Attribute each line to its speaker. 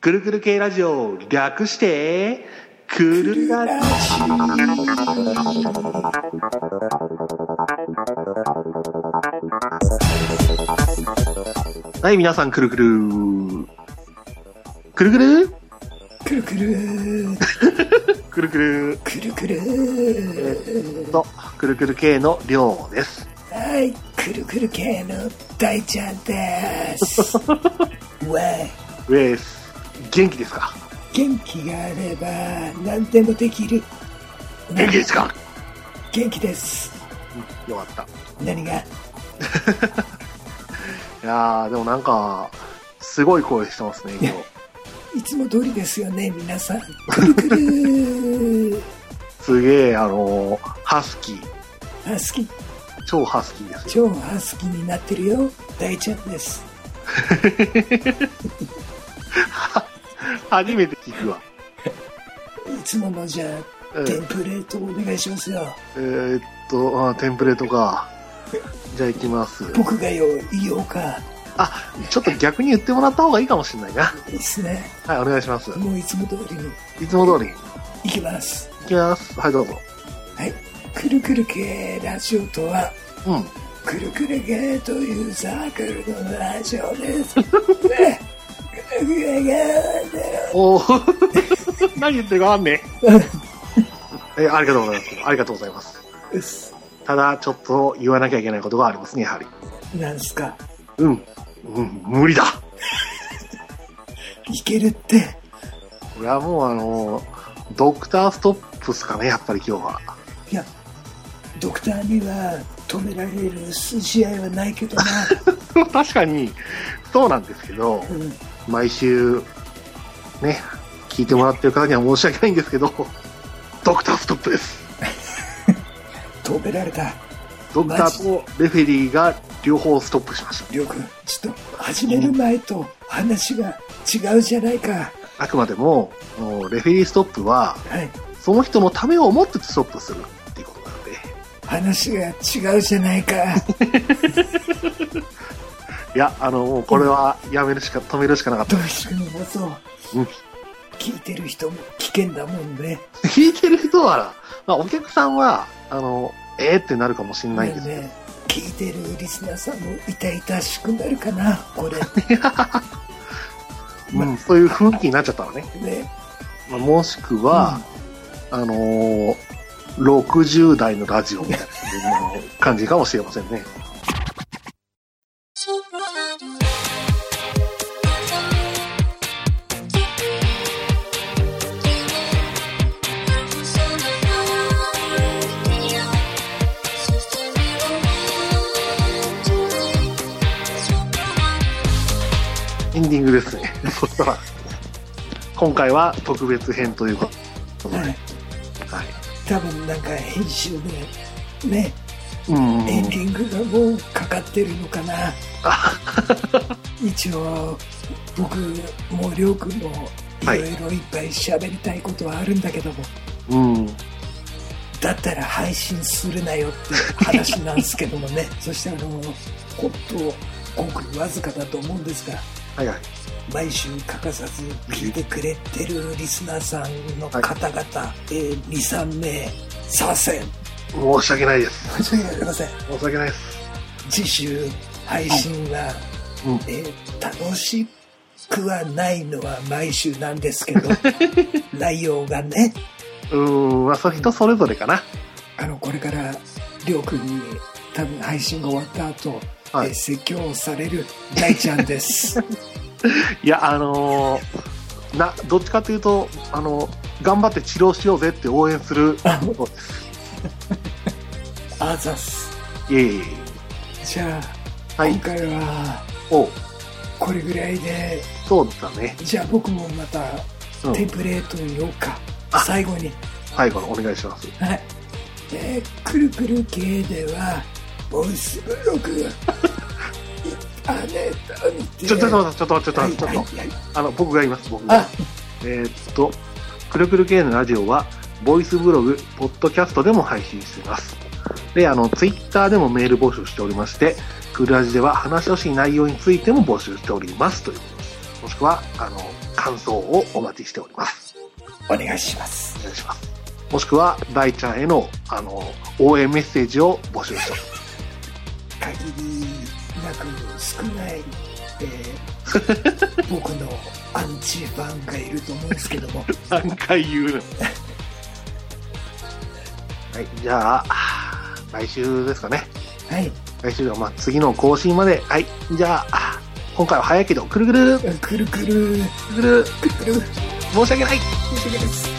Speaker 1: くるくる系ラジオ略してくるラジはい皆さんくるくるくるくる
Speaker 2: くるくるー
Speaker 1: くるくる
Speaker 2: くるくるー
Speaker 1: とくるくる系のりょうです
Speaker 2: はいくるくる系の大ちゃんです わい
Speaker 1: ウェース元気ですか
Speaker 2: 元気があれば何でもできる
Speaker 1: 元気ですか
Speaker 2: 元気です
Speaker 1: よかった
Speaker 2: 何が
Speaker 1: いやーでもなんかすごい声してますね今日
Speaker 2: いつも通りですよね皆さんくるくるー
Speaker 1: すげえあのーハスキー
Speaker 2: ハスキー
Speaker 1: 超ハスキーですよ
Speaker 2: 超ハスキーになってるよ大ちゃんです
Speaker 1: 初めて聞くわ
Speaker 2: いつものじゃ
Speaker 1: うん
Speaker 2: テンプレートお願いしますよ
Speaker 1: えーっと、あテンプレートか。じゃあ行きます。
Speaker 2: 僕がよ言おうか
Speaker 1: あ、ちょっと逆に言ってもらった方がいいかもしれないな。
Speaker 2: いいっすね
Speaker 1: はい、お願いします。
Speaker 2: もういつも通りに
Speaker 1: いつも通り。
Speaker 2: 行きます
Speaker 1: 行きます。はい、どうぞ。
Speaker 2: はい、くるくる系ラジオとは
Speaker 1: うん。
Speaker 2: くるくる系というサークルのラジオです。ねくるくる系
Speaker 1: おお 何言ってるかわかんねえ。 え、ありがとうございます。ありがとうございます。
Speaker 2: です。
Speaker 1: ただ、ちょっと言わなきゃいけないことがありますね、やはり。
Speaker 2: なんすか
Speaker 1: うん。うん、無理だ。
Speaker 2: いけるって
Speaker 1: これはもうあの、ドクターストップスかね、やっぱり今日は。
Speaker 2: いやドクターには止められる筋合いはないけどな、
Speaker 1: 確かに、そうなんですけど。
Speaker 2: うん、
Speaker 1: 毎週ね聞いてもらってる方には申し訳ないんですけどドクターストップです
Speaker 2: 止められた
Speaker 1: ドクターとレフェリーが両方ストップしまし
Speaker 2: りょうくんちょっと始める前と話が違うじゃないか
Speaker 1: たあくまでもあのレフェリーストップは
Speaker 2: はい
Speaker 1: その人のためを思ってストップするっていうことなので
Speaker 2: 話が違うじゃないか
Speaker 1: いやあのもうこれはやめるしか止めるしかなかった
Speaker 2: どうしてもそう
Speaker 1: うん
Speaker 2: 聞いてる人も危険だもんね。
Speaker 1: 聞いてる人は、まあ、お客さんはあのえーってなるかもしれないんですけど、
Speaker 2: ね聞いてるリスナーさんも痛々しくなるかな、これ。
Speaker 1: うん、そういう雰囲気になっちゃったらね、
Speaker 2: ね。
Speaker 1: まあ、もしくは、あのー、60代のラジオみたいな感じかもしれませんね。エンディングですね。そしたら、今回は特別編ということ
Speaker 2: う
Speaker 1: で、
Speaker 2: ん
Speaker 1: はい。
Speaker 2: はい。多分なんか編集で、ね、
Speaker 1: うん
Speaker 2: エンディングがもうかかってるのかな。
Speaker 1: あ
Speaker 2: 一応、僕もりょうくんもいろ
Speaker 1: はい
Speaker 2: いろいっぱい喋りたいことはあるんだけども、
Speaker 1: うん。
Speaker 2: だったら配信するなよって話なんですけどもね。そしてあの、本当、ごくわずかだと思うんですが、
Speaker 1: はいはい。
Speaker 2: 毎週欠かさず聞いてくれてるリスナーさんの方々、えー23名参戦
Speaker 1: 申し訳ないです。
Speaker 2: 申し訳ありません
Speaker 1: 申し訳ないです。
Speaker 2: 次週配信は、
Speaker 1: うん
Speaker 2: えー楽しくはないのは毎週なんですけど内容がね
Speaker 1: うーん、まあ、それ人それぞれかな。
Speaker 2: あのこれからりょうくんに多分配信が終わった後、
Speaker 1: は
Speaker 2: えー
Speaker 1: い。
Speaker 2: 説教をされる大ちゃんです
Speaker 1: いや、あのーな、どっちかというと、あの頑張って治療しようぜって応援する。
Speaker 2: あ
Speaker 1: そうです。
Speaker 2: あざっす
Speaker 1: いえいえいえ。
Speaker 2: じゃあ、
Speaker 1: はい
Speaker 2: 今。回は
Speaker 1: おう
Speaker 2: これぐらいで
Speaker 1: そうだね。
Speaker 2: じゃあ僕もまた
Speaker 1: うん
Speaker 2: テンプレートにようか、
Speaker 1: あ
Speaker 2: 最後に
Speaker 1: 最後のお願いします。
Speaker 2: はいえーくるくる系ではボイスブログあねと見て
Speaker 1: ちょ、ちょっと待って、ちょっと待って、ちょっと待って、ちょっと
Speaker 2: はい
Speaker 1: 待って。
Speaker 2: はいはい
Speaker 1: あの、僕が言います、僕が
Speaker 2: あ。
Speaker 1: えーっと、くるくる系のラジオは、ボイスブログ、ポッドキャストでも配信しています。で、あの、ツイッターでもメール募集しておりまして、くるラジでは話してほしい内容についても募集しております。ということです。もしくは、あの、感想をお待ちしております。
Speaker 2: お願いします
Speaker 1: お願いします。もしくは、大ちゃんへの、あの、応援メッセージを募集しております。
Speaker 2: 限りなく少ない、え ー僕のアンチファンがいると思うんですけども
Speaker 1: 何回言うのはい、じゃあ、来週ですかね。
Speaker 2: はい
Speaker 1: 来週は、まあ、次の更新まで。はい、じゃあ、今回は早いけど、くるくる
Speaker 2: くるくる
Speaker 1: くるくる、
Speaker 2: くるくる
Speaker 1: 申し訳ない
Speaker 2: 申し訳ないです